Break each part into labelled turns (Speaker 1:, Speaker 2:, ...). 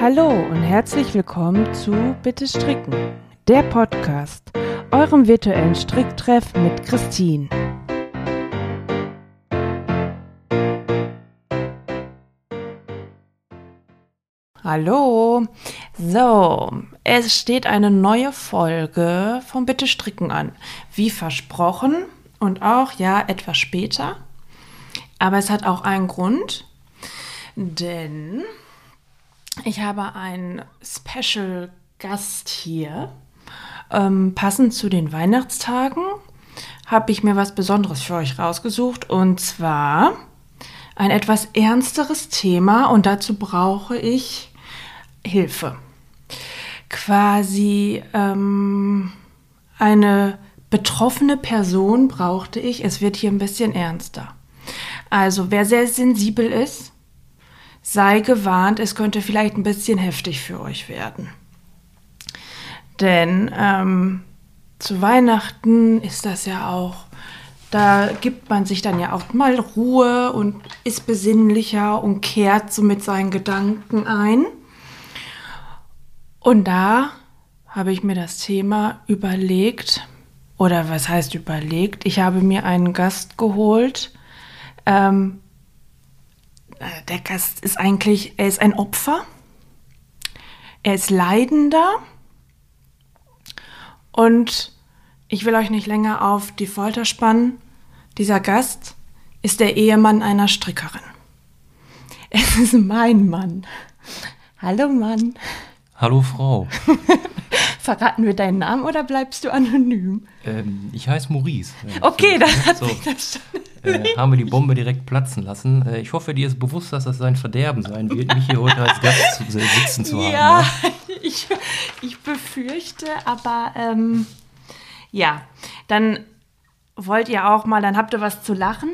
Speaker 1: Hallo und herzlich willkommen zu Bitte Stricken, der Podcast, eurem virtuellen Stricktreff mit Christine. Hallo. So, es steht eine neue Folge von Bitte Stricken an. Wie versprochen und auch ja etwas später. Aber es hat auch einen Grund, denn ich habe einen Special Gast hier. Ähm, passend zu den Weihnachtstagen habe ich mir was Besonderes für euch rausgesucht und zwar ein etwas ernsteres Thema und dazu brauche ich Hilfe. Quasi ähm, eine betroffene Person brauchte ich. Es wird hier ein bisschen ernster. Also wer sehr sensibel ist, sei gewarnt, es könnte vielleicht ein bisschen heftig für euch werden. Denn ähm, zu Weihnachten ist das ja auch, da gibt man sich dann ja auch mal Ruhe und ist besinnlicher und kehrt so mit seinen Gedanken ein. Und da habe ich mir das Thema überlegt, oder was heißt überlegt? Ich habe mir einen Gast geholt, ähm, äh, der Gast ist eigentlich, er ist ein Opfer, er ist Leidender und ich will euch nicht länger auf die Folter spannen. Dieser Gast ist der Ehemann einer Strickerin. Es ist mein Mann. Hallo Mann.
Speaker 2: Hallo Frau,
Speaker 1: Verraten wir deinen Namen oder bleibst du anonym?
Speaker 2: ähm, ich heiße Maurice. Äh,
Speaker 1: Okay,
Speaker 2: so,
Speaker 1: dann hat
Speaker 2: so,
Speaker 1: sich das schon.
Speaker 2: äh, haben wir die Bombe direkt platzen lassen. Äh, ich hoffe, dir ist bewusst, dass das sein Verderben sein wird, mich hier heute als Gast zu, äh, sitzen zu haben.
Speaker 1: Ja,
Speaker 2: ne?
Speaker 1: ich, ich befürchte, aber ähm, ja, dann wollt ihr auch mal, dann habt ihr was zu lachen.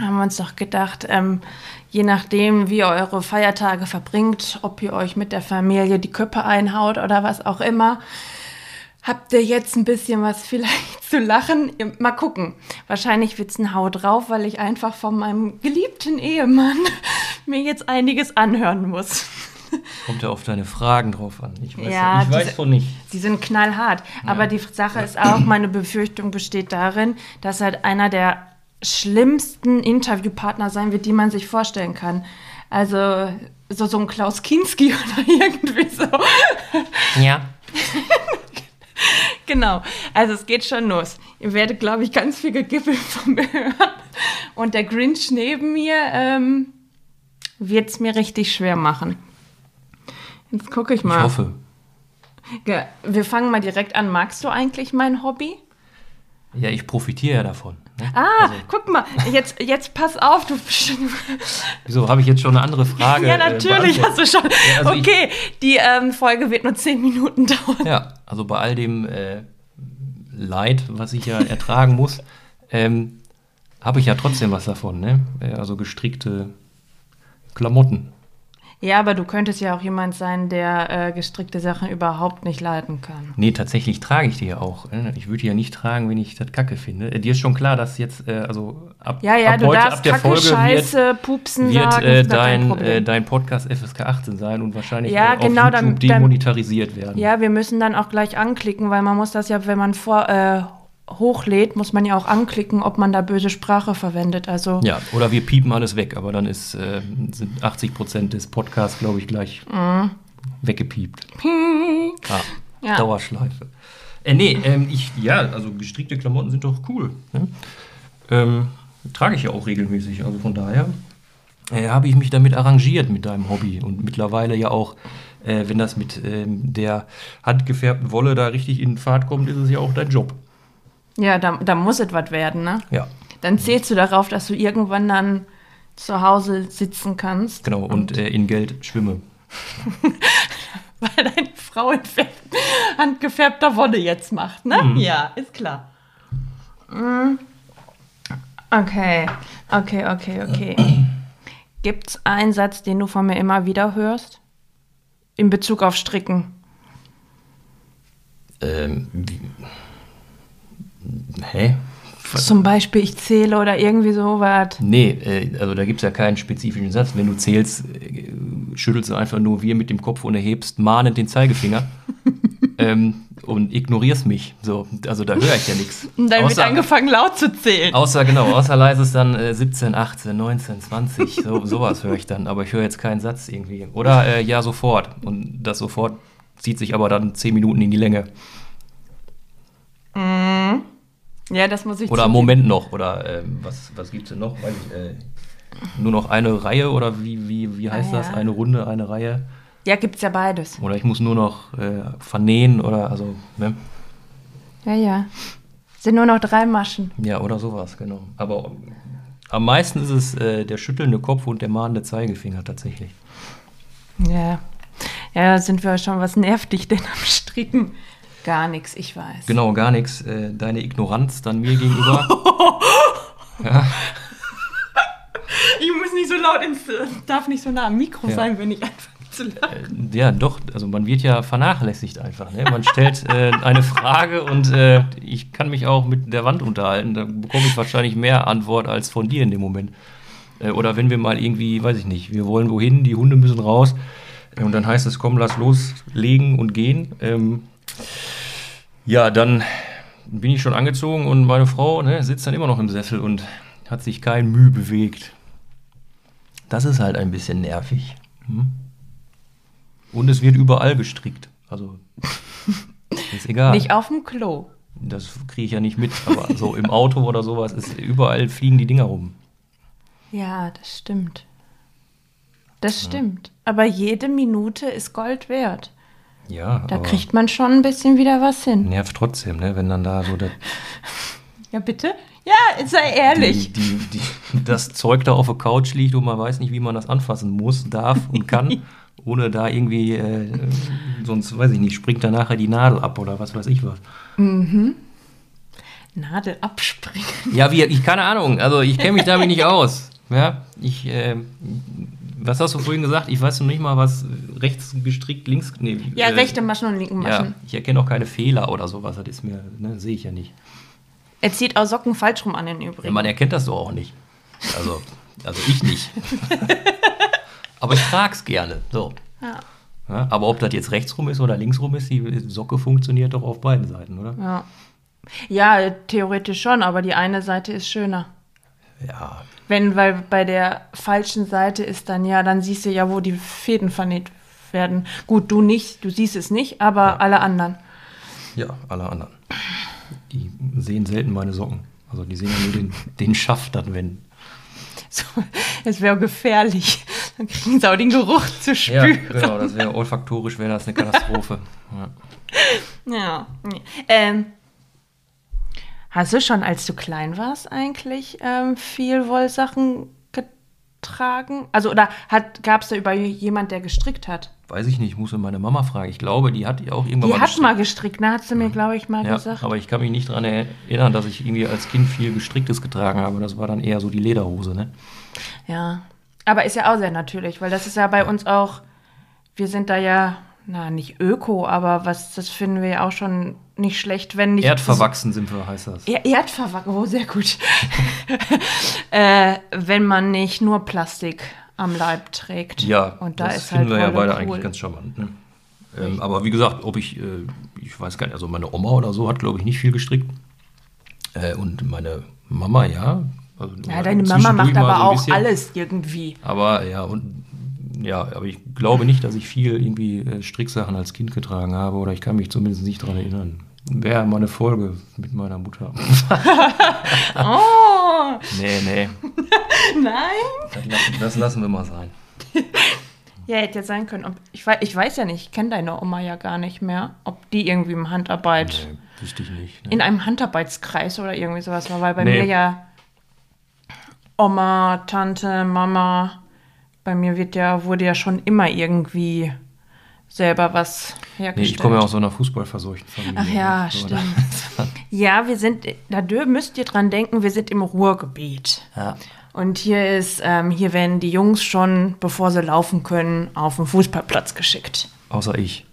Speaker 1: Haben wir uns doch gedacht, ähm, je nachdem, wie ihr eure Feiertage verbringt, ob ihr euch mit der Familie die Köpfe einhaut oder was auch immer, habt ihr jetzt ein bisschen was vielleicht zu lachen. Ihr- Mal gucken. Wahrscheinlich wird's ein Hau drauf, weil ich einfach von meinem geliebten Ehemann mir jetzt einiges anhören muss.
Speaker 2: Kommt ja auf deine Fragen drauf an. Ich weiß,
Speaker 1: Ja,
Speaker 2: ich weiß
Speaker 1: diese-
Speaker 2: von nicht.
Speaker 1: Sie sind knallhart. Aber die Sache ist auch, meine Befürchtung besteht darin, dass halt einer der schlimmsten Interviewpartner sein wird, die man sich vorstellen kann. Also so, so ein Klaus Kinski oder irgendwie so.
Speaker 2: Ja.
Speaker 1: Genau. Also es geht schon los. Ihr werdet, glaube ich, ganz viel Gegibbel von mir hören. Und der Grinch neben mir ähm, wird es mir richtig schwer machen. Jetzt gucke ich
Speaker 2: Ich
Speaker 1: mal.
Speaker 2: hoffe.
Speaker 1: Ge- Wir fangen mal direkt an. Magst du eigentlich mein Hobby?
Speaker 2: Ja, ich profitiere ja davon. Ne?
Speaker 1: Ah, guck mal, jetzt, jetzt pass auf, du.
Speaker 2: Wieso, habe ich jetzt schon eine andere Frage?
Speaker 1: ja,
Speaker 2: äh,
Speaker 1: natürlich
Speaker 2: beantwortet?
Speaker 1: hast du schon.
Speaker 2: Ja, also ich-
Speaker 1: okay, die ähm, Folge wird nur 10 Minuten dauern.
Speaker 2: Ja, also bei all dem äh, Leid, was ich ja ertragen muss, ähm, habe ich ja trotzdem was davon, ne? Äh, Also gestrickte Klamotten.
Speaker 1: Ja, aber du könntest ja auch jemand sein, der äh, gestrickte Sachen überhaupt nicht leiten kann.
Speaker 2: Nee, tatsächlich trage ich die ja auch. äh. Ich würde die ja nicht tragen, wenn ich das Kacke finde. Äh, Dir ist schon klar, dass jetzt, äh, also ab,
Speaker 1: Ja, ja,
Speaker 2: ab
Speaker 1: du
Speaker 2: heute,
Speaker 1: darfst
Speaker 2: ab der
Speaker 1: Kacke,
Speaker 2: Folge
Speaker 1: Scheiße, Pupsen
Speaker 2: wird, wird
Speaker 1: sagen,
Speaker 2: äh,
Speaker 1: ist gar kein
Speaker 2: dein,
Speaker 1: Problem.
Speaker 2: äh, dein Podcast FSK 18 sein und wahrscheinlich
Speaker 1: Ja,
Speaker 2: äh,
Speaker 1: genau,
Speaker 2: auf
Speaker 1: dann-
Speaker 2: YouTube
Speaker 1: dann-
Speaker 2: demonetarisiert werden.
Speaker 1: Ja, wir müssen dann auch gleich anklicken, weil man muss das ja, wenn man vor äh, hochlädt, muss man ja auch anklicken, ob man da böse Sprache verwendet. Also
Speaker 2: Ja, oder wir piepen alles weg, aber dann ist, äh, sind 80 Prozent des Podcasts, glaube ich, gleich weggepiept. Ah,
Speaker 1: Ja.
Speaker 2: Dauerschleife. Äh, nee, ähm, ich, ja, also gestrickte Klamotten sind doch cool. Ne? Ähm, trage ich ja auch regelmäßig, also von daher äh, habe ich mich damit arrangiert mit deinem Hobby und mittlerweile ja auch, äh, wenn das mit ähm, der handgefärbten Wolle da richtig in Fahrt kommt, ist es ja auch dein Job.
Speaker 1: ja da, da muss etwas werden, ne?
Speaker 2: Ja.
Speaker 1: Dann zählst du darauf, dass du irgendwann dann zu Hause sitzen kannst,
Speaker 2: Genau, und äh, in Geld schwimme.
Speaker 1: weil deine Frau in fe- handgefärbter Wolle jetzt macht, ne?
Speaker 2: Mhm.
Speaker 1: Ja, ist klar. Mm. Okay, okay, okay, okay. Gibt's einen Satz, den du von mir immer wieder hörst? In Bezug auf Stricken.
Speaker 2: Ähm, wie? Hä? Was?
Speaker 1: Zum Beispiel, ich zähle
Speaker 2: Hm.
Speaker 1: oder irgendwie sowas.
Speaker 2: Nee, äh, also da gibt es ja keinen spezifischen Satz. Wenn du zählst, äh, schüttelst du einfach nur wir mit dem Kopf und erhebst mahnend den Zeigefinger. ähm, und ignorierst mich. So, also da höre ich ja nichts.
Speaker 1: Und dann wird
Speaker 2: Außer-
Speaker 1: angefangen laut zu zählen.
Speaker 2: Außer, genau, außer leises dann äh, 17, 18, 19, 20, so, sowas höre ich dann. Aber ich höre jetzt keinen Satz irgendwie. Oder äh, ja, sofort. Und das sofort zieht sich aber dann 10 Minuten in die Länge.
Speaker 1: Ja, das muss ich
Speaker 2: Oder
Speaker 1: zugeben.
Speaker 2: Moment noch. Oder ähm, was, was gibt es denn noch? Weiß ich, äh, nur noch eine Reihe oder wie, wie, wie heißt
Speaker 1: Ah,
Speaker 2: das?
Speaker 1: ja.
Speaker 2: Eine Runde, eine Reihe.
Speaker 1: Ja, gibt's ja beides.
Speaker 2: Oder ich muss nur noch äh, vernähen oder also, ne?
Speaker 1: Ja, ja. Sind nur noch drei Maschen.
Speaker 2: Ja, oder sowas, genau. Aber ähm, am meisten ist es äh, der schüttelnde Kopf und der mahnende Zeigefinger tatsächlich.
Speaker 1: Ja. Ja, da sind wir schon. Was nervt dich denn am Stricken? Gar nichts, ich weiß.
Speaker 2: Genau, gar nichts. Äh, deine Ignoranz dann mir gegenüber.
Speaker 1: Ich muss nicht so laut ins. darf nicht so nah am Mikro
Speaker 2: Ja.
Speaker 1: sein, wenn ich anfange zu lachen.
Speaker 2: äh, ja, doch. Also man wird ja vernachlässigt einfach. Ne? Man stellt äh, eine Frage und äh, ich kann mich auch mit der Wand unterhalten. Da bekomme ich wahrscheinlich mehr Antwort als von dir in dem Moment. Äh, oder wenn wir mal irgendwie, weiß ich nicht, wir wollen wohin, die Hunde müssen raus. Äh, Und dann heißt es, komm, lass loslegen und gehen. Ähm, ja, dann bin ich schon angezogen und meine Frau ne, sitzt dann immer noch im Sessel und hat sich kein Mühe bewegt. Das ist halt ein bisschen nervig. Hm? Und es wird überall gestrickt. Also ist egal.
Speaker 1: Nicht auf dem Klo.
Speaker 2: das kriege ich ja nicht mit, aber so im Auto oder sowas ist überall fliegen die Dinger rum.
Speaker 1: Ja, das stimmt. Das stimmt. Aber jede Minute ist Gold wert.
Speaker 2: Ja,
Speaker 1: Da kriegt man schon ein bisschen wieder was hin.
Speaker 2: nervt trotzdem, ne? wenn dann da so der,
Speaker 1: Ja, bitte? Ja, sei ehrlich.
Speaker 2: die, die, die, das Zeug da auf der Couch liegt und man weiß nicht, wie man das anfassen muss, darf und kann, ohne da irgendwie, äh, sonst weiß ich nicht, springt da nachher die Nadel ab oder was weiß ich was.
Speaker 1: Nadel abspringen.
Speaker 2: Ja, wie, ich keine Ahnung, also ich kenne mich damit nicht aus. Ja, ich, äh, was hast du vorhin gesagt? Ich weiß noch nicht mal, was rechts gestrickt, links, nee.
Speaker 1: Ja,
Speaker 2: äh,
Speaker 1: rechte Maschen und linke
Speaker 2: Ja,
Speaker 1: Maschen.
Speaker 2: ich erkenne auch keine Fehler oder sowas, das ist mir, ne, sehe ich ja nicht.
Speaker 1: Er zieht auch Socken falsch rum an den
Speaker 2: Ja,
Speaker 1: übrigen.
Speaker 2: man erkennt das doch auch nicht. Also, also ich nicht. aber ich trag's gerne. So.
Speaker 1: Ja.
Speaker 2: Ja, aber ob das jetzt rechts rum ist oder links rum ist, die Socke funktioniert doch auf beiden Seiten, oder?
Speaker 1: Ja. ja, theoretisch schon, aber die eine Seite ist schöner.
Speaker 2: Ja.
Speaker 1: Wenn, weil bei der falschen Seite ist dann ja, dann siehst du ja, wo die Fäden vernäht werden. Gut, du nicht, du siehst es nicht, aber alle anderen.
Speaker 2: Ja, alle anderen. Die sehen selten meine Socken. Also die sehen ja nur den, den Schaft dann, wenn.
Speaker 1: So, es wäre gefährlich. Dann kriegen sie auch den Geruch zu
Speaker 2: Ja,
Speaker 1: spüren.
Speaker 2: genau, das wäre olfaktorisch, wäre das eine Katastrophe. Ja.
Speaker 1: Ja. nee. Ähm, hast du schon, als du klein warst, eigentlich ähm, viel Wollsachen getragen? Also, oder gab es da über jemand, der gestrickt hat?
Speaker 2: Weiß ich nicht, muss ich meine Mama fragen. Ich glaube, die hat ja auch irgendwann
Speaker 1: Die hat
Speaker 2: gestrickt.
Speaker 1: mal gestrickt, ne? Hat sie mir, glaube ich, mal
Speaker 2: Ja,
Speaker 1: gesagt.
Speaker 2: aber ich kann mich nicht daran erinnern, dass ich irgendwie als Kind viel Gestricktes getragen habe. Das war dann eher so die Lederhose, ne?
Speaker 1: Ja. Aber ist ja auch sehr natürlich, weil das ist ja bei uns auch, wir sind da ja, na, nicht öko, aber was, das finden wir ja auch schon nicht schlecht, wenn nicht.
Speaker 2: Erdverwachsen sind wir, heißt das.
Speaker 1: Er Erdverwackt, oh, sehr gut. äh, wenn man nicht nur Plastik am Leib trägt.
Speaker 2: Ja,
Speaker 1: und da
Speaker 2: das
Speaker 1: ist halt
Speaker 2: finden wir
Speaker 1: Wolle
Speaker 2: ja beide
Speaker 1: cool.
Speaker 2: eigentlich ganz charmant, ne? Ähm, aber wie gesagt, ob ich, äh, ich weiß gar nicht, also meine Oma oder so hat, glaube ich, nicht viel gestrickt. Äh, und meine Mama, ja. Also,
Speaker 1: Ja,
Speaker 2: äh,
Speaker 1: deine Mama macht
Speaker 2: zwischendurch mal
Speaker 1: aber
Speaker 2: so ein
Speaker 1: auch
Speaker 2: bisschen.
Speaker 1: alles irgendwie.
Speaker 2: Aber ja, und ja, aber ich glaube nicht, dass ich viel irgendwie äh, Stricksachen als Kind getragen habe oder ich kann mich zumindest nicht daran erinnern. Wäre mal eine Folge mit meiner Mutter.
Speaker 1: Oh,
Speaker 2: nee, nee,
Speaker 1: nein.
Speaker 2: das lassen, das lassen wir mal sein.
Speaker 1: Ja, hätte ja sein können. Ob, ich, weiß, ich weiß ja nicht, ich kenne deine Oma ja gar nicht mehr, ob die irgendwie im Handarbeit,
Speaker 2: Nee, wüsste ich nicht.
Speaker 1: in
Speaker 2: Ne?
Speaker 1: einem Handarbeitskreis oder irgendwie sowas war, weil bei
Speaker 2: Nee.
Speaker 1: mir ja Oma, Tante, Mama, bei mir wird ja, wurde ja schon immer irgendwie selber was hergestellt.
Speaker 2: Nee, ich komme ja aus so einer fußballverseuchten Familie.
Speaker 1: Ach ja,
Speaker 2: ne? So,
Speaker 1: stimmt. ja, wir sind, da dür- müsst ihr dran denken, wir sind im Ruhrgebiet.
Speaker 2: Ja.
Speaker 1: Und hier ist, ähm, hier werden die Jungs schon, bevor sie laufen können, auf den Fußballplatz geschickt.
Speaker 2: Außer ich.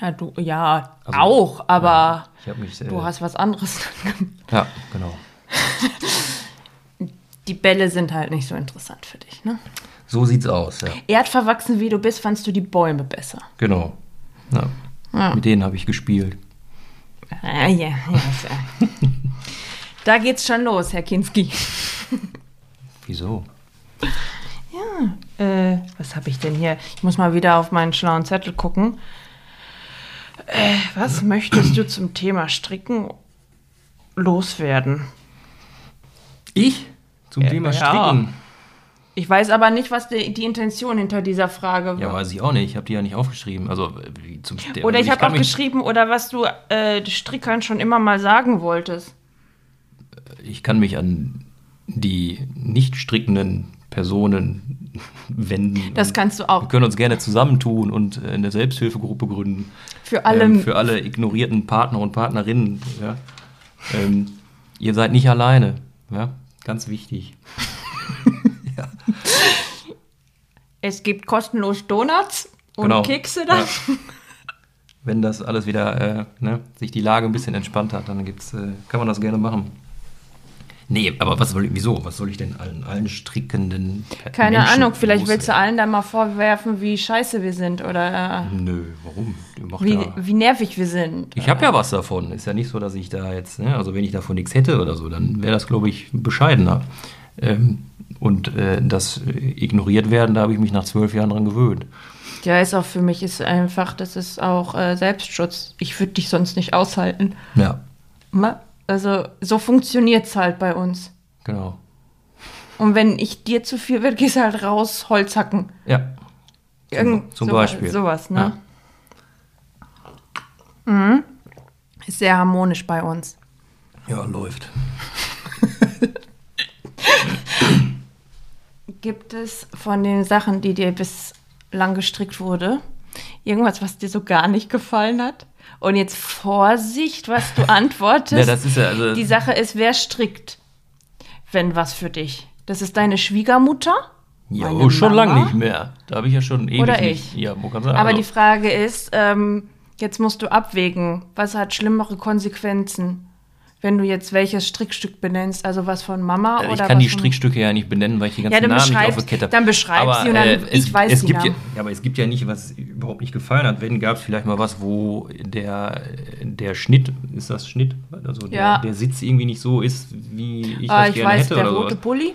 Speaker 1: Ja, du, ja,
Speaker 2: Also,
Speaker 1: auch, aber
Speaker 2: Ich habe mich. Äh,
Speaker 1: du hast was anderes dann gemacht.
Speaker 2: Ja, genau.
Speaker 1: Die Bälle sind halt nicht so interessant für dich, ne?
Speaker 2: So sieht's aus, ja.
Speaker 1: Erdverwachsen wie du bist, fandst du die Bäume besser.
Speaker 2: Genau. Ja.
Speaker 1: Ja.
Speaker 2: Mit denen habe ich gespielt.
Speaker 1: Ah, ja, ja, ja. da geht's schon los, Herr Kinski.
Speaker 2: Wieso?
Speaker 1: Äh, was habe ich denn hier? Ich muss mal wieder auf meinen schlauen Zettel gucken. Äh, was möchtest du zum Thema Stricken loswerden?
Speaker 2: Ich? Zum
Speaker 1: Äh, Ja,
Speaker 2: Thema
Speaker 1: ja.
Speaker 2: Stricken.
Speaker 1: Ich weiß aber nicht, was die, die Intention hinter dieser Frage
Speaker 2: Ja,
Speaker 1: war.
Speaker 2: weiß ich auch nicht. Ich habe die ja nicht aufgeschrieben. Also, äh, wie zum der-
Speaker 1: oder ich habe
Speaker 2: kann
Speaker 1: auch
Speaker 2: mich-
Speaker 1: geschrieben, oder was du äh, Strickern schon immer mal sagen wolltest.
Speaker 2: Ich kann mich an die nicht strickenden Personen wenden.
Speaker 1: Das
Speaker 2: Und
Speaker 1: kannst du auch.
Speaker 2: Wir können uns gerne zusammentun und äh, eine Selbsthilfegruppe gründen.
Speaker 1: Für alle-
Speaker 2: Ähm, für alle ignorierten Partner und Partnerinnen. Ja? Ähm, ihr seid nicht alleine. Ja? Ganz wichtig.
Speaker 1: Es gibt kostenlos Donuts und
Speaker 2: Genau.
Speaker 1: Kekse dann.
Speaker 2: Ja. Wenn das alles wieder, äh, ne, sich die Lage ein bisschen entspannt hat, dann gibt's, äh, kann man das gerne machen. Nee, aber was soll ich, wieso? Was soll ich denn allen, allen strickenden Pe-
Speaker 1: Keine
Speaker 2: Menschen
Speaker 1: Ahnung, vielleicht
Speaker 2: los-
Speaker 1: willst du allen da mal vorwerfen, wie scheiße wir sind oder
Speaker 2: Nö, warum? Die Macht
Speaker 1: äh, wie,
Speaker 2: ja.
Speaker 1: wie nervig wir sind.
Speaker 2: Ich habe ja was davon. Ist ja nicht so, dass ich da jetzt, ne, also wenn ich davon nichts hätte oder so, dann wäre das, glaube ich, bescheidener. Ähm, und äh, das äh, ignoriert werden, da habe ich mich nach zwölf Jahren dran gewöhnt.
Speaker 1: Ja, ist auch für mich ist einfach, das ist auch äh, Selbstschutz. Ich würde dich sonst nicht aushalten.
Speaker 2: Ja,
Speaker 1: Ma- Also so funktioniert's halt bei uns.
Speaker 2: genau.
Speaker 1: Und wenn ich dir zu viel wird, gehst halt raus, Holz hacken.
Speaker 2: Ja,
Speaker 1: Irgend
Speaker 2: zum
Speaker 1: sowas-
Speaker 2: Beispiel.
Speaker 1: Sowas, ne?
Speaker 2: Ja.
Speaker 1: Ist sehr harmonisch bei uns.
Speaker 2: ja läuft.
Speaker 1: Gibt es von den Sachen, die dir bislang gestrickt wurde, irgendwas, was dir so gar nicht gefallen hat? Und jetzt Vorsicht, was du antwortest.
Speaker 2: Ja, das ist ja, also,
Speaker 1: Die Sache ist, wer strickt, wenn was für dich? Das ist deine Schwiegermutter?
Speaker 2: Ja, oh,
Speaker 1: Meine
Speaker 2: schon
Speaker 1: Mama?
Speaker 2: lange nicht mehr. Da habe ich ja schon ewig
Speaker 1: Oder ich.
Speaker 2: nicht. Ja, wo kann sagen?
Speaker 1: Aber
Speaker 2: also,
Speaker 1: die Frage ist, ähm, jetzt musst du abwägen, was hat schlimmere Konsequenzen, wenn du jetzt welches Strickstück benennst, also was von Mama
Speaker 2: äh,
Speaker 1: oder
Speaker 2: ich kann
Speaker 1: was
Speaker 2: die
Speaker 1: von-
Speaker 2: Strickstücke ja nicht benennen, weil ich die ganzen
Speaker 1: dann
Speaker 2: Namen nicht
Speaker 1: beschreib-
Speaker 2: auf der Kette habe.
Speaker 1: dann beschreib sie und dann-
Speaker 2: es,
Speaker 1: ich weiß
Speaker 2: es
Speaker 1: die
Speaker 2: gibt ja,
Speaker 1: Namen.
Speaker 2: ja, aber es gibt ja nicht, was überhaupt nicht gefallen hat. Wenn gab es vielleicht mal was, wo der, der Schnitt, ist das Schnitt? Also der,
Speaker 1: Ja.
Speaker 2: der Sitz irgendwie nicht so ist, wie ich
Speaker 1: Ah,
Speaker 2: das
Speaker 1: ich
Speaker 2: gerne
Speaker 1: weiß,
Speaker 2: hätte
Speaker 1: der
Speaker 2: oder
Speaker 1: rote
Speaker 2: so.
Speaker 1: Pulli,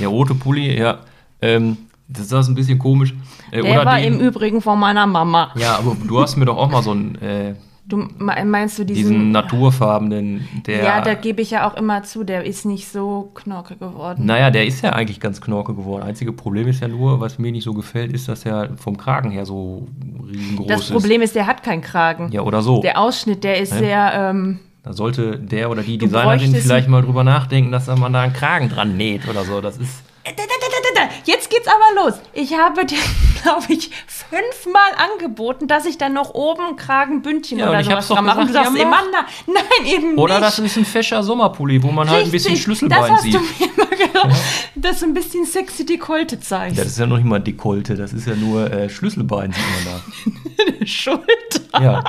Speaker 2: Der rote Pulli, ja. Ähm, das ist ein bisschen komisch. Äh,
Speaker 1: der war
Speaker 2: die-
Speaker 1: im Übrigen von meiner Mama.
Speaker 2: Ja, aber du hast mir doch auch mal so einen, äh,
Speaker 1: Du me- meinst du diesen?
Speaker 2: diesen naturfarbenen, der.
Speaker 1: ja, da gebe ich ja auch immer zu, der ist nicht so knorke geworden.
Speaker 2: Naja, der ist ja eigentlich ganz knorke geworden. Einzige Problem ist ja nur, was mir nicht so gefällt, ist, dass er vom Kragen her so riesengroß
Speaker 1: das Problem ist, der hat keinen Kragen.
Speaker 2: ist. Ja, oder so.
Speaker 1: Der Ausschnitt, der ist sehr, ähm,
Speaker 2: Da sollte der oder die
Speaker 1: Du
Speaker 2: Designerin
Speaker 1: bräuchtest-
Speaker 2: vielleicht mal drüber nachdenken, dass man da einen Kragen dran näht oder so. Das ist.
Speaker 1: Äh, Da, da, da, da, da. Jetzt geht's aber los. Ich habe dir, glaube ich, fünfmal angeboten, dass ich dann noch oben Kragenbündchen
Speaker 2: Ja, und
Speaker 1: oder
Speaker 2: ich
Speaker 1: sowas
Speaker 2: hab's doch
Speaker 1: dran mache. Und du
Speaker 2: gesagt,
Speaker 1: sagst
Speaker 2: ja,
Speaker 1: immer,
Speaker 2: mach.
Speaker 1: na, nein, eben
Speaker 2: Oder
Speaker 1: nicht.
Speaker 2: das ist ein fescher Sommerpulli, wo man halt ein bisschen
Speaker 1: Richtig,
Speaker 2: Schlüsselbein
Speaker 1: Das hast
Speaker 2: sieht.
Speaker 1: du mir immer gesagt, dass du ein bisschen sexy Dekolte zeigst.
Speaker 2: Ja, das ist ja noch nicht mal Dekolte, das ist ja nur äh, Schlüsselbein, sieht man
Speaker 1: Schulter.
Speaker 2: da. Ja,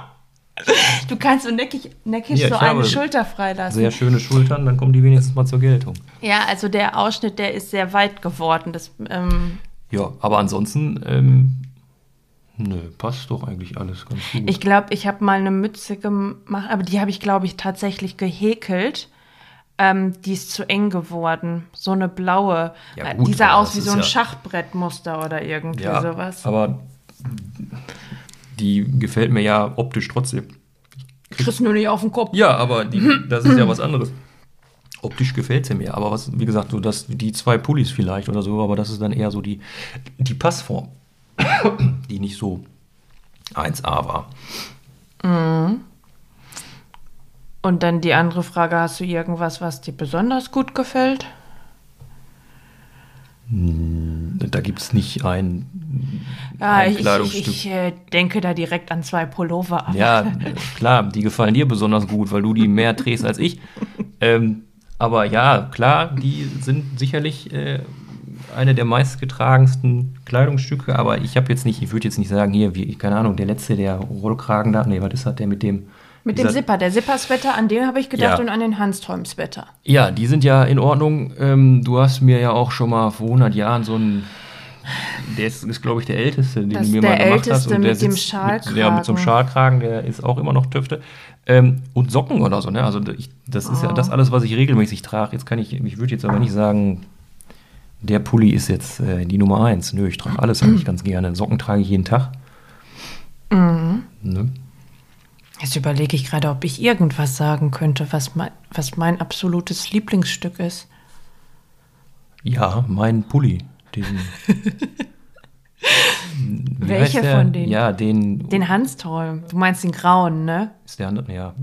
Speaker 1: Du kannst so neckig, neckisch
Speaker 2: Hier,
Speaker 1: so
Speaker 2: ich
Speaker 1: eine
Speaker 2: habe-
Speaker 1: Schulter freilassen.
Speaker 2: sehr schöne Schultern, dann kommen die wenigstens mal zur Geltung.
Speaker 1: Ja, also der Ausschnitt, der ist sehr weit geworden. Das, ähm,
Speaker 2: Ja, aber ansonsten, ähm, nö, passt doch eigentlich alles ganz gut.
Speaker 1: Ich glaube, ich habe mal eine Mütze gemacht, aber die habe ich, glaube ich, tatsächlich gehäkelt. Ähm, die ist zu eng geworden. So eine blaue.
Speaker 2: Ja,
Speaker 1: Äh,
Speaker 2: gut,
Speaker 1: die sah
Speaker 2: aber
Speaker 1: aus
Speaker 2: das
Speaker 1: wie so
Speaker 2: ist
Speaker 1: ein
Speaker 2: ja-
Speaker 1: Schachbrettmuster oder irgendwie sowas.
Speaker 2: Aber die gefällt mir ja optisch trotzdem.
Speaker 1: Kriegst nur nicht auf den Kopf.
Speaker 2: Ja, aber die, das ist ja was anderes. Optisch gefällt sie mir, aber was, wie gesagt, so das, die zwei Pullis vielleicht oder so, aber das ist dann eher so die, die Passform, die nicht so 1A war.
Speaker 1: Und dann die andere Frage: Hast du irgendwas, was dir besonders gut gefällt?
Speaker 2: Da gibt es nicht ein,
Speaker 1: Ja,
Speaker 2: Ein
Speaker 1: ich, ich,
Speaker 2: Kleidungsstück.
Speaker 1: ich äh, denke da direkt an zwei Pullover. aber-
Speaker 2: ja, klar, die gefallen dir besonders gut, weil du die mehr trägst als ich. Ähm, aber ja, klar, die sind sicherlich äh, eine der meistgetragensten Kleidungsstücke, aber ich habe jetzt nicht, ich würde jetzt nicht sagen, hier, wie, keine Ahnung, der letzte, der Rollkragen da, nee, was ist das, der mit dem.
Speaker 1: Mit dem
Speaker 2: dieser-
Speaker 1: Zipper, der Zipper-Sweater, an den habe ich gedacht
Speaker 2: Ja.
Speaker 1: und an den Hans-Tolm-Sweater.
Speaker 2: Ja, die sind ja in Ordnung. Ähm, du hast mir ja auch schon mal vor 100 Jahren so einen Der ist, ist glaube ich, der älteste, den
Speaker 1: Das
Speaker 2: du mir
Speaker 1: ist
Speaker 2: mal
Speaker 1: der
Speaker 2: gemacht hast.
Speaker 1: Älteste
Speaker 2: der
Speaker 1: mit dem
Speaker 2: Mit, ja, mit so
Speaker 1: Schalkragen.
Speaker 2: einem Schalkragen, der ist auch immer noch Tüfte. Ähm, und Socken oder so, ne? Also ich, das ist ja
Speaker 1: Oh.
Speaker 2: das alles, was ich regelmäßig trage. Jetzt kann ich, ich würde jetzt aber nicht sagen, der Pulli ist jetzt äh, die Nummer eins. Nö, ich trage alles eigentlich ganz gerne. Socken trage ich jeden Tag.
Speaker 1: Mhm.
Speaker 2: Ne?
Speaker 1: Jetzt überlege ich gerade, ob ich irgendwas sagen könnte, was mein, was mein absolutes Lieblingsstück ist.
Speaker 2: Ja, mein Pulli. Diesen, Wie
Speaker 1: Welcher
Speaker 2: heißt der?
Speaker 1: von denen?
Speaker 2: Ja, den,
Speaker 1: Den Hanstholm. Du meinst den grauen, ne?
Speaker 2: ist der andere, ja.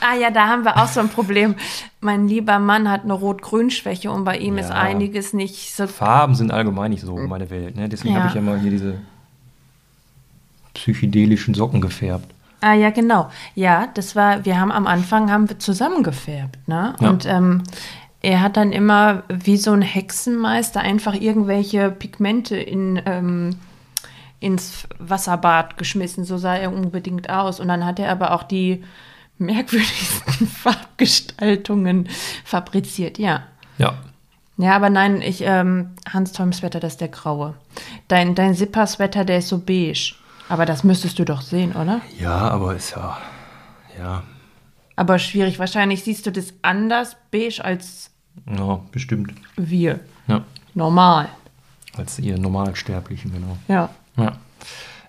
Speaker 1: Ah ja, da haben wir auch so ein Problem. Mein lieber Mann hat eine Rot-Grün-Schwäche und bei ihm ist
Speaker 2: Ja.
Speaker 1: einiges nicht so.
Speaker 2: Farben sind allgemein nicht so meine Welt. Ne? Deswegen
Speaker 1: Ja.
Speaker 2: habe ich ja mal hier diese psychedelischen Socken gefärbt.
Speaker 1: Ah ja, genau. Ja, das war, wir haben am Anfang haben wir zusammengefärbt, ne?
Speaker 2: Ja.
Speaker 1: Und ähm, er hat dann immer wie so ein Hexenmeister einfach irgendwelche Pigmente in, ähm, ins Wasserbad geschmissen. So sah er unbedingt aus. Und dann hat er aber auch die merkwürdigsten Farbgestaltungen fabriziert, ja.
Speaker 2: Ja.
Speaker 1: Ja, aber nein, ich, ähm, Hans Toms Wetter, das ist der graue. Dein, dein Zipper-Sweater, der ist so beige. Aber das müsstest du doch sehen, oder?
Speaker 2: Ja, aber ist ja. Ja.
Speaker 1: Aber schwierig. Wahrscheinlich siehst du das anders beige als
Speaker 2: Ja, bestimmt.
Speaker 1: wir.
Speaker 2: Ja.
Speaker 1: Normal.
Speaker 2: Als ihr Normalsterblichen, genau.
Speaker 1: Ja.
Speaker 2: Ja.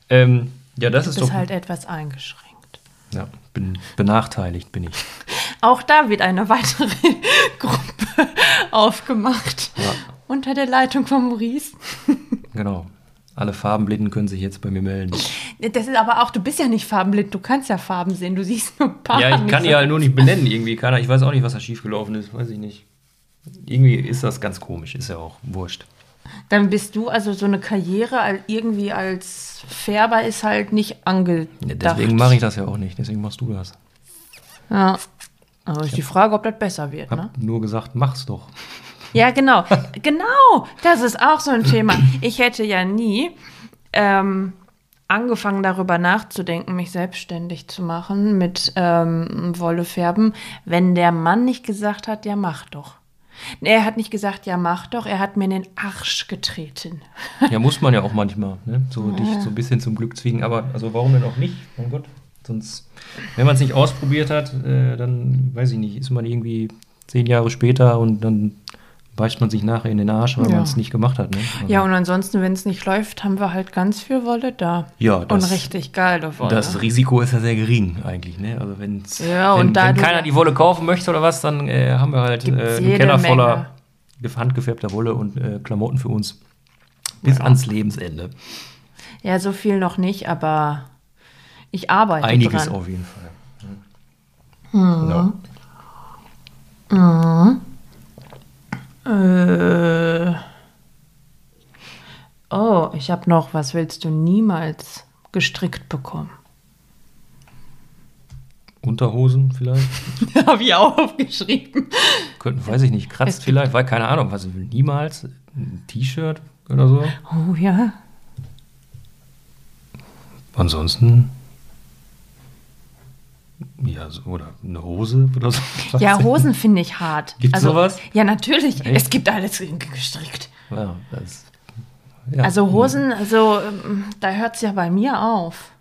Speaker 2: Ähm, ja, das ist
Speaker 1: Ist
Speaker 2: doch.
Speaker 1: halt etwas eingeschränkt.
Speaker 2: ja, bin, benachteiligt bin ich.
Speaker 1: Auch da wird eine weitere Gruppe aufgemacht.
Speaker 2: Ja.
Speaker 1: Unter der Leitung von Maurice.
Speaker 2: Genau. Alle Farbenblinden können sich jetzt bei mir melden.
Speaker 1: Das ist aber auch, du bist ja nicht farbenblind, du kannst ja Farben sehen, du siehst nur Farben.
Speaker 2: Ja, ich kann die halt nur nicht benennen, irgendwie. Keiner, ich weiß auch nicht, was da schiefgelaufen ist, weiß ich nicht. Irgendwie ist das ganz komisch, ist ja auch wurscht.
Speaker 1: Dann bist du also so eine Karriere al- irgendwie als Färber ist halt nicht angedacht.
Speaker 2: Ja, deswegen mache ich das ja auch nicht, deswegen machst du das.
Speaker 1: Ja. Aber ist die Frage, ob das besser wird,
Speaker 2: Hab
Speaker 1: ne?
Speaker 2: nur gesagt, mach's doch.
Speaker 1: Ja, genau. genau. Das ist auch so ein Thema. Ich hätte ja nie ähm, angefangen, darüber nachzudenken, mich selbstständig zu machen mit ähm, Wolle färben, wenn der Mann nicht gesagt hat, ja, mach doch. Er hat nicht gesagt, ja, mach doch. Er hat mir in den Arsch getreten.
Speaker 2: Ja, muss man ja auch manchmal, ne? So dich so ein bisschen zum Glück zwingen, aber also warum denn auch nicht? Mein Gott. Sonst, wenn man es nicht ausprobiert hat, äh, dann weiß ich nicht, ist man irgendwie zehn Jahre später und dann beißt man sich nachher in den Arsch, weil
Speaker 1: Ja.
Speaker 2: man es nicht gemacht hat. Ne? Also,
Speaker 1: Ja, und ansonsten, wenn es nicht läuft, haben wir halt ganz viel Wolle da.
Speaker 2: Ja, das-
Speaker 1: Und richtig geile Wolle.
Speaker 2: Das Risiko ist ja sehr gering eigentlich, ne? Also wenn's,
Speaker 1: Ja,
Speaker 2: wenn,
Speaker 1: und
Speaker 2: wenn
Speaker 1: dadurch-
Speaker 2: keiner die Wolle kaufen möchte oder was, dann äh, haben wir halt äh,
Speaker 1: Gibt's
Speaker 2: einen
Speaker 1: jede
Speaker 2: Keller
Speaker 1: Menge.
Speaker 2: voller gef- handgefärbter Wolle und äh, Klamotten für uns. Bis ans Lebensende.
Speaker 1: ja, so viel noch nicht, aber ich arbeite
Speaker 2: Einiges
Speaker 1: dran.
Speaker 2: auf jeden Fall.
Speaker 1: Hm.
Speaker 2: Mhm. Ja.
Speaker 1: Äh. Oh, ich habe noch, was willst du niemals gestrickt bekommen?
Speaker 2: Unterhosen vielleicht?
Speaker 1: habe ich auch aufgeschrieben.
Speaker 2: Könnten, weiß ich nicht, kratzt vielleicht, weil keine Ahnung, was niemals ein T-Shirt oder so.
Speaker 1: Oh ja.
Speaker 2: Ansonsten ja, so, oder eine Hose oder so.
Speaker 1: Ja,
Speaker 2: Weiß ich
Speaker 1: Hosen finde ich hart. Also,
Speaker 2: Gibt's sowas?
Speaker 1: Ja, natürlich.
Speaker 2: Echt?
Speaker 1: Es gibt alles gestrickt.
Speaker 2: nicht. Ja, das, ja.
Speaker 1: Also Hosen, also ähm, da hört es ja bei mir auf.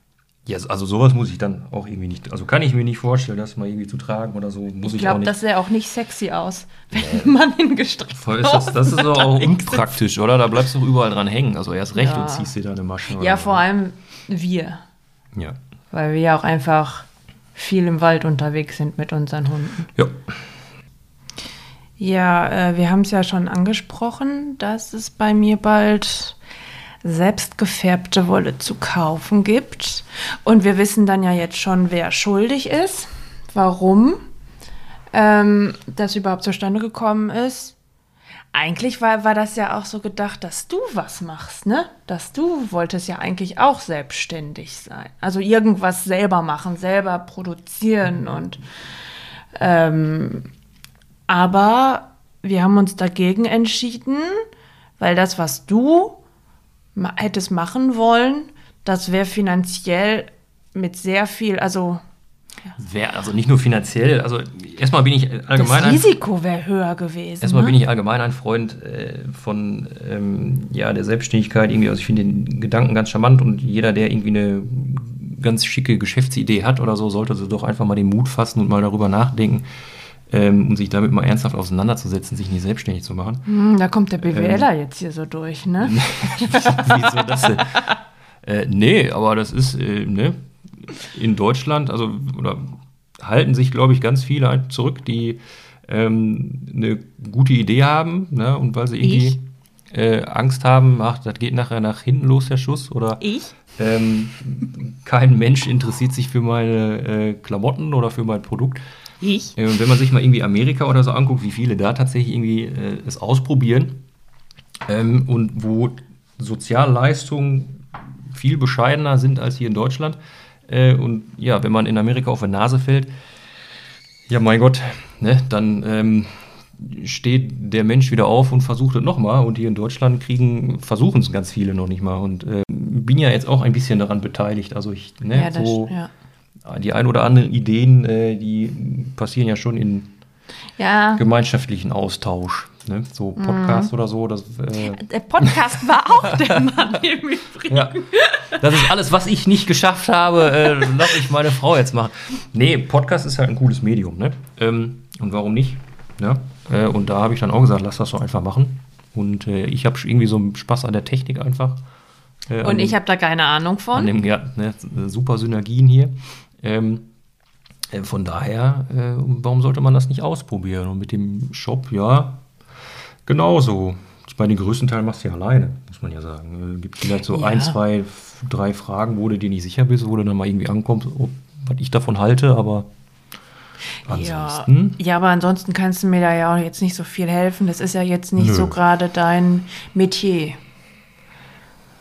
Speaker 2: Ja, also sowas muss ich dann auch irgendwie nicht, also kann ich mir nicht vorstellen, das mal irgendwie zu tragen oder so, muss ich,
Speaker 1: Ich
Speaker 2: auch
Speaker 1: glaube,
Speaker 2: nicht.
Speaker 1: das sähe auch nicht sexy aus, wenn man ihn gestrickt
Speaker 2: Voll ist das, das ist doch auch
Speaker 1: Unterwegs ist.
Speaker 2: unpraktisch, oder? Da bleibst du doch überall dran hängen, also erst recht
Speaker 1: Ja.
Speaker 2: und ziehst dir deine Masche.
Speaker 1: Ja,
Speaker 2: oder so.
Speaker 1: vor allem wir,
Speaker 2: Ja.
Speaker 1: weil wir ja auch einfach viel im Wald unterwegs sind mit unseren Hunden.
Speaker 2: ja.
Speaker 1: Ja, äh, wir haben es ja schon angesprochen, dass es bei mir bald selbstgefärbte Wolle zu kaufen gibt. Und wir wissen dann ja jetzt schon, wer schuldig ist, warum ähm, das überhaupt zustande gekommen ist. Eigentlich war, war das ja auch so gedacht, dass du was machst, ne? Dass du wolltest ja eigentlich auch selbstständig sein. Also irgendwas selber machen, selber produzieren und aber wir haben uns dagegen entschieden, weil das, was du ma- hättest machen wollen, das wäre finanziell mit sehr viel, also
Speaker 2: Wär, also nicht nur finanziell, also erstmal bin ich
Speaker 1: das
Speaker 2: allgemein ein,
Speaker 1: Risiko wäre höher gewesen.
Speaker 2: erstmal
Speaker 1: ne?
Speaker 2: bin ich allgemein ein Freund äh, von ähm, ja, der Selbstständigkeit irgendwie. Also ich finde den Gedanken ganz charmant und jeder, der irgendwie eine ganz schicke Geschäftsidee hat oder so, sollte so doch einfach mal den Mut fassen und mal darüber nachdenken ähm, und sich damit mal ernsthaft auseinanderzusetzen, sich nicht selbstständig zu machen.
Speaker 1: Hm, da kommt der BWLer jetzt hier so durch, ne?
Speaker 2: Wieso das denn? Äh, nee, aber das ist, äh, ne? In Deutschland, also oder halten sich, glaube ich, ganz viele halt zurück, die ähm, eine gute Idee haben, ne? Und weil sie irgendwie äh, Angst haben, ach, das geht nachher nach hinten los, der Schuss, oder
Speaker 1: Ich?
Speaker 2: ähm, kein Mensch interessiert sich für meine äh, Klamotten oder für mein Produkt.
Speaker 1: Ich?
Speaker 2: Äh, Und wenn man sich mal irgendwie Amerika oder so anguckt, wie viele da tatsächlich irgendwie äh, es ausprobieren ähm, und wo Sozialleistungen viel bescheidener sind als hier in Deutschland. Äh, und ja, wenn man in Amerika auf die Nase fällt, ja mein Gott, ne, dann ähm, steht der Mensch wieder auf und versucht es nochmal. Und hier in Deutschland kriegen, versuchen es ganz viele noch nicht mal. Und äh, bin ja jetzt auch ein bisschen daran beteiligt. Also ich, ne,
Speaker 1: Ja, das,
Speaker 2: so
Speaker 1: ja.
Speaker 2: die ein oder anderen Ideen, äh, die passieren ja schon in
Speaker 1: ja.
Speaker 2: gemeinschaftlichen Austausch. Ne? So
Speaker 1: Mhm.
Speaker 2: Podcast oder so. Das, äh,
Speaker 1: Der Podcast war auch der Mann im Übrigen.
Speaker 2: ja. das ist alles, was ich nicht geschafft habe, äh, lass ich meine Frau jetzt machen. Nee, Podcast ist halt ein cooles Medium. Ne? Ähm, und warum nicht? Ja? Äh, und da habe ich dann auch gesagt, lass das doch einfach machen. Und äh, ich habe irgendwie so einen Spaß an der Technik einfach. äh, an
Speaker 1: Und
Speaker 2: dem-
Speaker 1: ich habe da keine Ahnung
Speaker 2: an
Speaker 1: von.
Speaker 2: dem, ja, ne, super Synergien hier. Ähm, äh, von daher, äh, warum sollte man das nicht ausprobieren? Und mit dem Shop, ja, genauso. Ich meine, den größten Teil machst du ja alleine, muss man ja sagen. Äh, gibt vielleicht so
Speaker 1: Ja.
Speaker 2: ein, zwei, f- drei Fragen, wo du dir nicht sicher bist, wo du dann mal irgendwie ankommst, ob, was ich davon halte, aber
Speaker 1: Ja.
Speaker 2: ansonsten.
Speaker 1: ja, aber ansonsten kannst du mir da ja auch jetzt nicht so viel helfen. Das ist ja jetzt nicht
Speaker 2: Nö.
Speaker 1: so gerade dein Metier.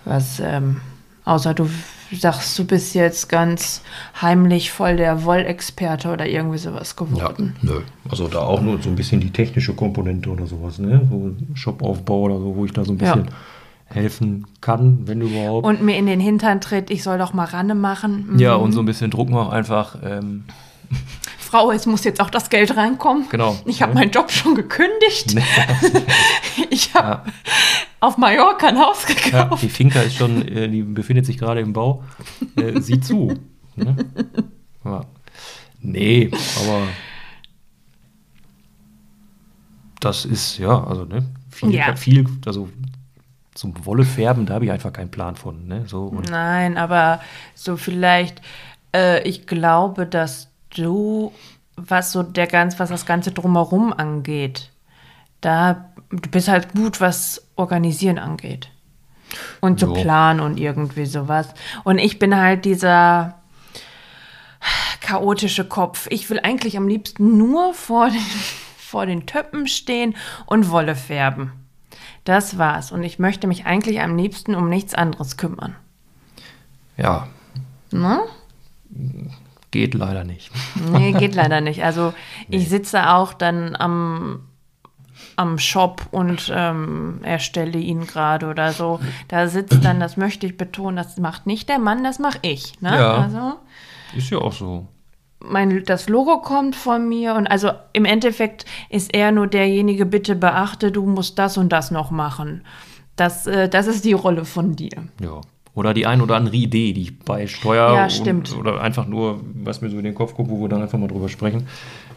Speaker 1: Was, ähm, außer du sagst, du bist jetzt ganz heimlich voll der Wollexperte oder irgendwie sowas geworden.
Speaker 2: nö. Also da auch nur so ein bisschen die technische Komponente oder sowas, ne? So Shopaufbau oder so, wo ich da so ein
Speaker 1: Ja.
Speaker 2: bisschen helfen kann, wenn überhaupt.
Speaker 1: Und mir in den Hintern tritt, ich soll doch mal Ranne machen. Mhm.
Speaker 2: Ja, und so ein bisschen Druck machen einfach. Ähm,
Speaker 1: Frau, es muss jetzt auch das Geld reinkommen.
Speaker 2: Genau.
Speaker 1: Ich habe
Speaker 2: Ja.
Speaker 1: meinen Job schon gekündigt. ich habe auf Mallorca ein Haus
Speaker 2: ja,
Speaker 1: gekauft.
Speaker 2: die Finca ist schon, äh, die befindet sich gerade im Bau. Äh, sieh zu. Ne? Ja. Nee, aber das ist, ja, also, ne? Viel,
Speaker 1: Ja.
Speaker 2: viel also zum Wolle färben, da habe ich einfach keinen Plan von. Ne? So, und
Speaker 1: Nein, aber so vielleicht, äh, ich glaube, dass du, was so der ganz, was das Ganze drumherum angeht, da, du bist halt gut, was Organisieren angeht. Und so
Speaker 2: Jo.
Speaker 1: planen und irgendwie sowas. Und ich bin halt dieser chaotische Kopf. Ich will eigentlich am liebsten nur vor den, vor den Töppen stehen und Wolle färben. Das war's. Und ich möchte mich eigentlich am liebsten um nichts anderes kümmern.
Speaker 2: Ja,
Speaker 1: Ne?
Speaker 2: geht leider nicht.
Speaker 1: Nee, geht leider nicht. Also ich sitze auch dann am, am Shop und ähm, erstelle ihn gerade oder so. Da sitzt dann, das möchte ich betonen, das macht nicht der Mann, das mache ich. Ne?
Speaker 2: Ja.
Speaker 1: Also
Speaker 2: Ist ja auch so.
Speaker 1: mein, das Logo kommt von mir und also im Endeffekt ist er nur derjenige, bitte beachte, du musst das und das noch machen. Das, äh, das ist die Rolle von dir.
Speaker 2: Ja. Oder die ein oder andere Idee, die ich bei Steuer
Speaker 1: Ja, stimmt.
Speaker 2: Und, oder einfach nur, was mir so in den Kopf kommt, wo wir dann einfach mal drüber sprechen,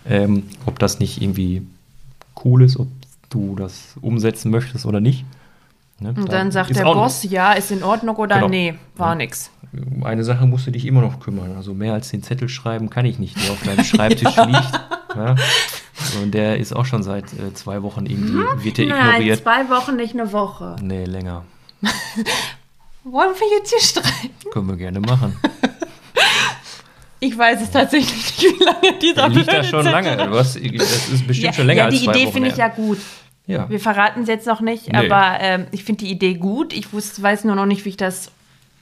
Speaker 2: ähm, ob das nicht irgendwie cool ist, ob du das umsetzen möchtest oder nicht. Ne?
Speaker 1: Und dann sagt
Speaker 2: ist
Speaker 1: der
Speaker 2: auch
Speaker 1: Boss, ja, ist in Ordnung oder
Speaker 2: Genau.
Speaker 1: nee, war nix.
Speaker 2: Um eine Sache musst du dich immer noch kümmern. Also mehr als den Zettel schreiben kann ich nicht, der auf deinem Schreibtisch liegt. Ja? Und der ist auch schon seit äh, zwei Wochen irgendwie,
Speaker 1: Hm?
Speaker 2: wird der
Speaker 1: Nein,
Speaker 2: ignoriert.
Speaker 1: zwei Wochen, nicht eine Woche.
Speaker 2: Nee, länger.
Speaker 1: Wollen wir jetzt hier streiten?
Speaker 2: Können wir gerne machen.
Speaker 1: Ich weiß es tatsächlich nicht, wie lange dieser
Speaker 2: Der liegt da
Speaker 1: blöde
Speaker 2: schon
Speaker 1: Zettel
Speaker 2: lange.
Speaker 1: da-
Speaker 2: Was, das ist bestimmt
Speaker 1: Ja,
Speaker 2: schon länger
Speaker 1: ja, die
Speaker 2: als zwei
Speaker 1: Idee
Speaker 2: Wochen
Speaker 1: finde ich
Speaker 2: her.
Speaker 1: ja gut.
Speaker 2: Ja.
Speaker 1: Wir verraten es jetzt noch nicht,
Speaker 2: Nee.
Speaker 1: aber ähm, ich finde die Idee gut. Ich wus- weiß nur noch nicht, wie ich das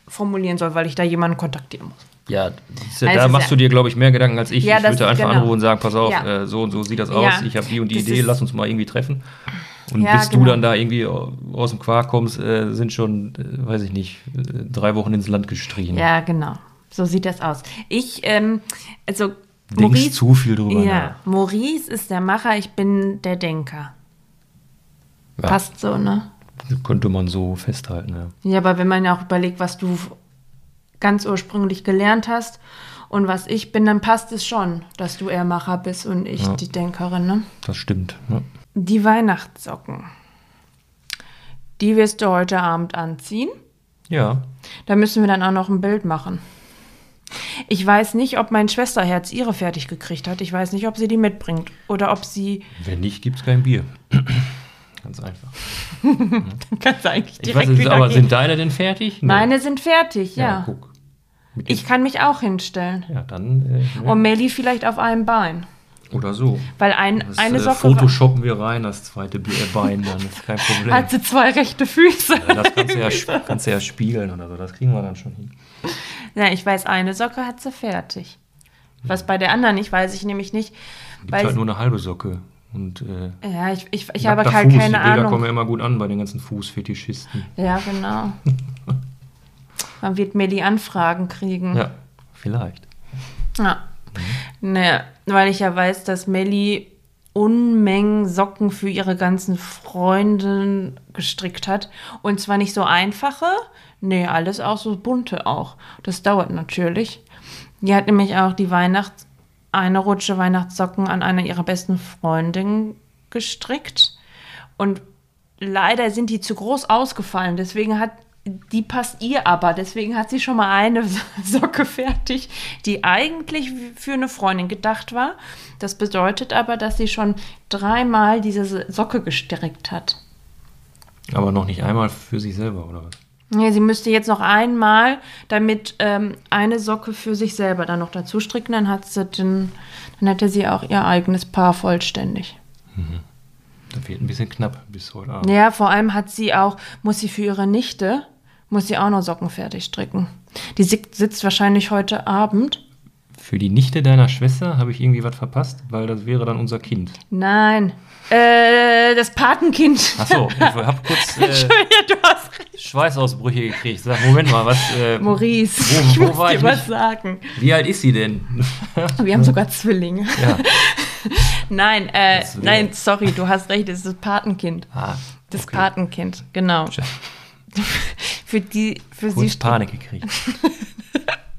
Speaker 1: formulieren soll, weil ich da jemanden kontaktieren muss.
Speaker 2: Ja, siehst du,
Speaker 1: Also
Speaker 2: da
Speaker 1: es
Speaker 2: machst
Speaker 1: ist
Speaker 2: du
Speaker 1: ja-
Speaker 2: dir, glaube ich, mehr Gedanken als ich.
Speaker 1: Ja,
Speaker 2: ich
Speaker 1: das-
Speaker 2: würde einfach
Speaker 1: genau.
Speaker 2: anrufen und sagen, pass auf,
Speaker 1: Ja.
Speaker 2: äh, so und so sieht das
Speaker 1: Ja,
Speaker 2: aus, ich habe die und die
Speaker 1: das
Speaker 2: Idee,
Speaker 1: ist-
Speaker 2: lass uns mal irgendwie treffen. Und
Speaker 1: Ja,
Speaker 2: bis
Speaker 1: genau.
Speaker 2: du dann da irgendwie aus dem Quark kommst, äh, sind schon, äh, weiß ich nicht, äh, drei Wochen ins Land gestrichen.
Speaker 1: Ja, genau. So sieht das aus. Ich, ähm, also
Speaker 2: denkst
Speaker 1: Maurice-
Speaker 2: zu viel drüber
Speaker 1: Ja, Maurice ist der Macher, ich bin der Denker.
Speaker 2: Ja.
Speaker 1: Passt so, ne?
Speaker 2: nach. Könnte man so festhalten, ja.
Speaker 1: Ja, aber wenn man ja auch überlegt, was du ganz ursprünglich gelernt hast und was ich bin, dann passt es schon, dass du eher Macher bist und ich die Denkerin, ne?
Speaker 2: Das stimmt. Ja.
Speaker 1: Die Weihnachtssocken. Die wirst du heute Abend anziehen.
Speaker 2: ja.
Speaker 1: Da müssen wir dann auch noch ein Bild machen. Ich weiß nicht, ob mein Schwesterherz ihre fertig gekriegt hat. Ich weiß nicht, ob sie die mitbringt oder ob sie
Speaker 2: Wenn nicht, gibt es kein Bier. Ganz einfach.
Speaker 1: kannst du eigentlich
Speaker 2: Ich
Speaker 1: direkt
Speaker 2: weiß, nicht,
Speaker 1: wieder
Speaker 2: aber
Speaker 1: gehen.
Speaker 2: sind deine denn fertig? Nee.
Speaker 1: Meine sind fertig,
Speaker 2: Ja,
Speaker 1: ja.
Speaker 2: guck. Mit
Speaker 1: ich kann mich auch hinstellen.
Speaker 2: ja, dann. Äh, ne?
Speaker 1: Und Melly vielleicht auf einem Bein,
Speaker 2: Oder so.
Speaker 1: weil ein,
Speaker 2: Das,
Speaker 1: eine
Speaker 2: äh,
Speaker 1: Socke
Speaker 2: Photoshoppen wir rein, das zweite Bier- äh, Bein, dann ist kein Problem.
Speaker 1: hat sie zwei rechte Füße.
Speaker 2: Ja, das kannst du, ja, sp- kannst du ja spiegeln oder so, das kriegen wir dann schon hin.
Speaker 1: Ja, ich weiß, eine Socke hat sie fertig. Was bei der anderen nicht, weiß ich nämlich nicht.
Speaker 2: Gibt
Speaker 1: Weil
Speaker 2: halt nur eine halbe Socke. Und äh,
Speaker 1: ja, ich, ich, ich
Speaker 2: nackter
Speaker 1: habe halt
Speaker 2: Fuß,
Speaker 1: keine
Speaker 2: die Bilder
Speaker 1: Ahnung.
Speaker 2: kommen ja immer gut an bei den ganzen Fußfetischisten.
Speaker 1: Ja, genau. Man wird mir die Anfragen kriegen.
Speaker 2: Ja, vielleicht.
Speaker 1: Ja. Naja, weil ich ja weiß, dass Melli Unmengen Socken für ihre ganzen Freundinnen gestrickt hat. Und zwar nicht so einfache, nee, alles auch so bunte auch. Das dauert natürlich. Die hat nämlich auch die Weihnachts-, eine Rutsche Weihnachtssocken an einer ihrer besten Freundinnen gestrickt. Und leider sind die zu groß ausgefallen. Deswegen hat die passt ihr aber. Deswegen hat sie schon mal eine Socke fertig, die eigentlich für eine Freundin gedacht war. Das bedeutet aber, dass sie schon dreimal diese Socke gestrickt hat.
Speaker 2: Aber noch nicht einmal für sich selber, oder was?
Speaker 1: Ja, sie müsste jetzt noch einmal, damit ähm, eine Socke für sich selber dann noch dazu stricken, dann, hat sie den, dann hätte sie auch ihr eigenes Paar vollständig.
Speaker 2: Da wird ein bisschen knapp bis heute Abend.
Speaker 1: Ja, vor allem hat sie auch, muss sie für ihre Nichte, muss sie auch noch Socken fertig stricken. Die sit- sitzt wahrscheinlich heute Abend.
Speaker 2: Für die Nichte deiner Schwester habe ich irgendwie was verpasst, weil das wäre dann unser Kind.
Speaker 1: Nein, äh, das Patenkind.
Speaker 2: Achso, ich habe kurz äh,
Speaker 1: Entschuldige, du hast recht.
Speaker 2: Schweißausbrüche gekriegt. Sag, Moment mal, was. Äh,
Speaker 1: Maurice,
Speaker 2: Wo-
Speaker 1: ich
Speaker 2: wo
Speaker 1: muss
Speaker 2: war
Speaker 1: dir
Speaker 2: ich
Speaker 1: was
Speaker 2: nicht?
Speaker 1: sagen.
Speaker 2: wie alt ist sie denn?
Speaker 1: Wir haben sogar Zwillinge.
Speaker 2: ja.
Speaker 1: Nein, äh,
Speaker 2: Das wär-
Speaker 1: nein, sorry, du hast recht, es ist das Patenkind.
Speaker 2: Ah,
Speaker 1: Das
Speaker 2: okay.
Speaker 1: Patenkind, genau. Für die, für sie
Speaker 2: Kurz
Speaker 1: strick-
Speaker 2: Panik gekriegt.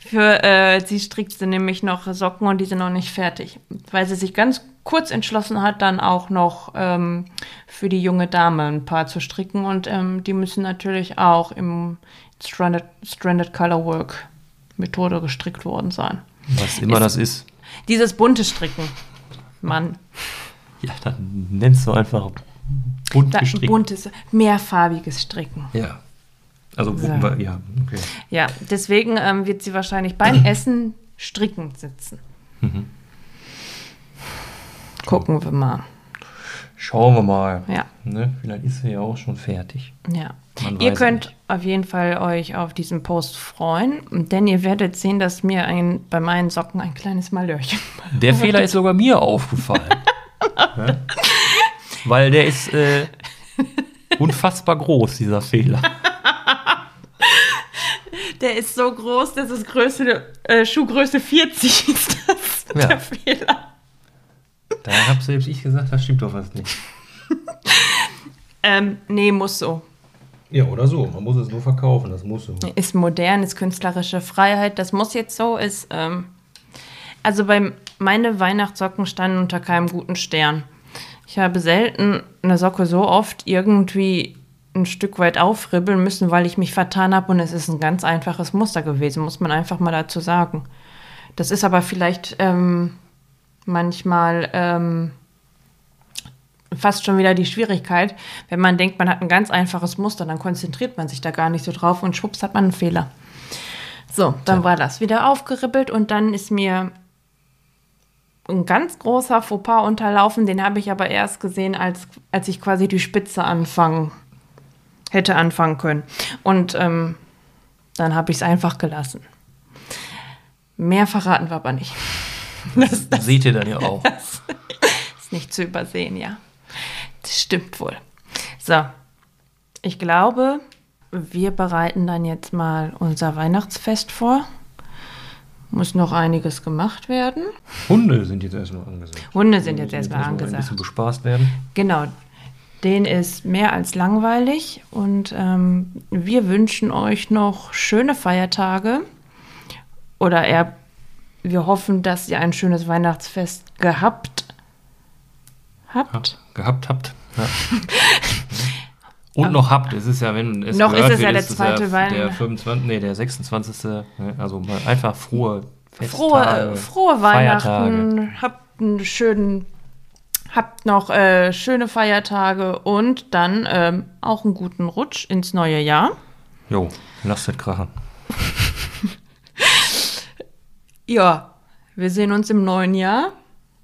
Speaker 1: Für äh, sie strickt sie nämlich noch Socken und die sind noch nicht fertig. Weil sie sich ganz kurz entschlossen hat, dann auch noch ähm, für die junge Dame ein paar zu stricken. Und ähm, die müssen natürlich auch im Stranded, Stranded Color Work Methode gestrickt worden sein.
Speaker 2: Was immer
Speaker 1: Ist-
Speaker 2: das ist.
Speaker 1: Dieses bunte Stricken. Mann,
Speaker 2: Ja, dann nennst du einfach bunt
Speaker 1: da,
Speaker 2: gestrickt.
Speaker 1: buntes, mehrfarbiges Stricken.
Speaker 2: Ja. Also,
Speaker 1: So.
Speaker 2: wa- ja, okay.
Speaker 1: Ja, deswegen ähm, wird sie wahrscheinlich beim Essen strickend sitzen. Gucken wir mal.
Speaker 2: Schauen wir mal.
Speaker 1: Ja.
Speaker 2: Ne? Vielleicht ist sie ja auch schon fertig.
Speaker 1: Ja.
Speaker 2: Man
Speaker 1: Ihr
Speaker 2: weiß
Speaker 1: könnt
Speaker 2: nicht.
Speaker 1: auf jeden Fall euch auf diesen Post freuen, denn ihr werdet sehen, dass mir ein, bei meinen Socken ein kleines Malörchen.
Speaker 2: Der Fehler ist sogar mir aufgefallen. ja? Weil der ist äh, unfassbar groß, dieser Fehler.
Speaker 1: Der ist so groß, dass es Größe, äh, Schuhgröße 40 ist. Das
Speaker 2: Ja.
Speaker 1: der Fehler.
Speaker 2: Da hab selbst ich gesagt, da stimmt doch was nicht.
Speaker 1: Ähm, nee, muss so.
Speaker 2: Ja, oder so. Man muss es nur verkaufen, das muss so.
Speaker 1: Ist modern, ist künstlerische Freiheit. Das muss jetzt so, ist. Ähm, also bei meine Weihnachtssocken standen unter keinem guten Stern. Ich habe selten eine Socke so oft irgendwie ein Stück weit aufribbeln müssen, weil ich mich vertan habe und es ist ein ganz einfaches Muster gewesen, muss man einfach mal dazu sagen. Das ist aber vielleicht ähm, manchmal ähm, fast schon wieder die Schwierigkeit, wenn man denkt, man hat ein ganz einfaches Muster, dann konzentriert man sich da gar nicht so drauf und schwupps hat man einen Fehler. So, dann war das wieder aufgeribbelt und dann ist mir ein ganz großer Fauxpas unterlaufen. Den habe ich aber erst gesehen, als, als ich quasi die Spitze anfangen hätte anfangen können. Und ähm, dann habe ich es einfach gelassen. Mehr verraten wir aber nicht.
Speaker 2: Das, seht ihr dann ja auch.
Speaker 1: Ist nicht zu übersehen, ja. Das stimmt wohl. So, ich glaube, wir bereiten dann jetzt mal unser Weihnachtsfest vor. Muss noch einiges gemacht werden.
Speaker 2: Hunde sind jetzt erstmal angesagt.
Speaker 1: Hunde sind jetzt
Speaker 2: Die müssen
Speaker 1: erstmal
Speaker 2: Ein bisschen
Speaker 1: angesagt.
Speaker 2: bespaßt werden.
Speaker 1: Genau. Den ist mehr als langweilig und ähm, wir wünschen euch noch schöne Feiertage oder eher, wir hoffen, dass ihr ein schönes Weihnachtsfest gehabt
Speaker 2: Ja,
Speaker 1: habt.
Speaker 2: gehabt habt. Ja. Und noch habt, es ist ja, wenn es
Speaker 1: Noch
Speaker 2: gehört
Speaker 1: ist es ja
Speaker 2: wird,
Speaker 1: der zweite ne?
Speaker 2: der, der
Speaker 1: Weihnachten.
Speaker 2: 25. Nee, der 26. ne, Also mal einfach frohe Festtage,
Speaker 1: Frohe, frohe
Speaker 2: Feiertage.
Speaker 1: Weihnachten, habt einen schönen, habt noch äh, schöne Feiertage und dann ähm, auch einen guten Rutsch ins neue Jahr.
Speaker 2: Jo, lasst das krachen.
Speaker 1: Ja, wir sehen uns im neuen Jahr.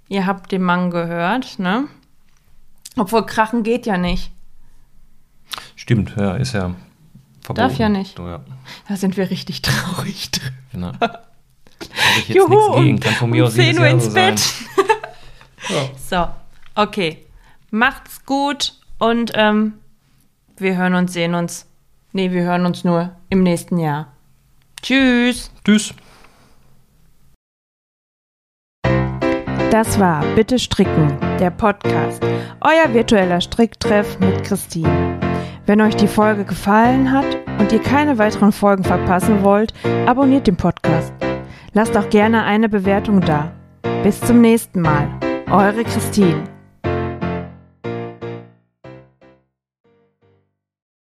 Speaker 1: Ihr habt den Mann gehört, ne? Obwohl krachen geht ja nicht.
Speaker 2: Stimmt, ja, ist ja verboten.
Speaker 1: Darf ja nicht.
Speaker 2: So, ja.
Speaker 1: Da sind wir richtig traurig drin.
Speaker 2: Genau. Habe ich jetzt nichts gegen. Kann von mir
Speaker 1: um
Speaker 2: aus jedes
Speaker 1: 10 Uhr
Speaker 2: Jahr
Speaker 1: ins
Speaker 2: so sein.
Speaker 1: Bett. So, okay. Macht's gut und ähm, wir hören uns, sehen uns. Nee, wir hören uns nur im nächsten Jahr. Tschüss.
Speaker 2: Tschüss.
Speaker 1: Das war Bitte Stricken, der Podcast. Euer virtueller Stricktreff mit Christine. Wenn euch die Folge gefallen hat und ihr keine weiteren Folgen verpassen wollt, abonniert den Podcast. Lasst auch gerne eine Bewertung da. Bis zum nächsten Mal. Eure Christine.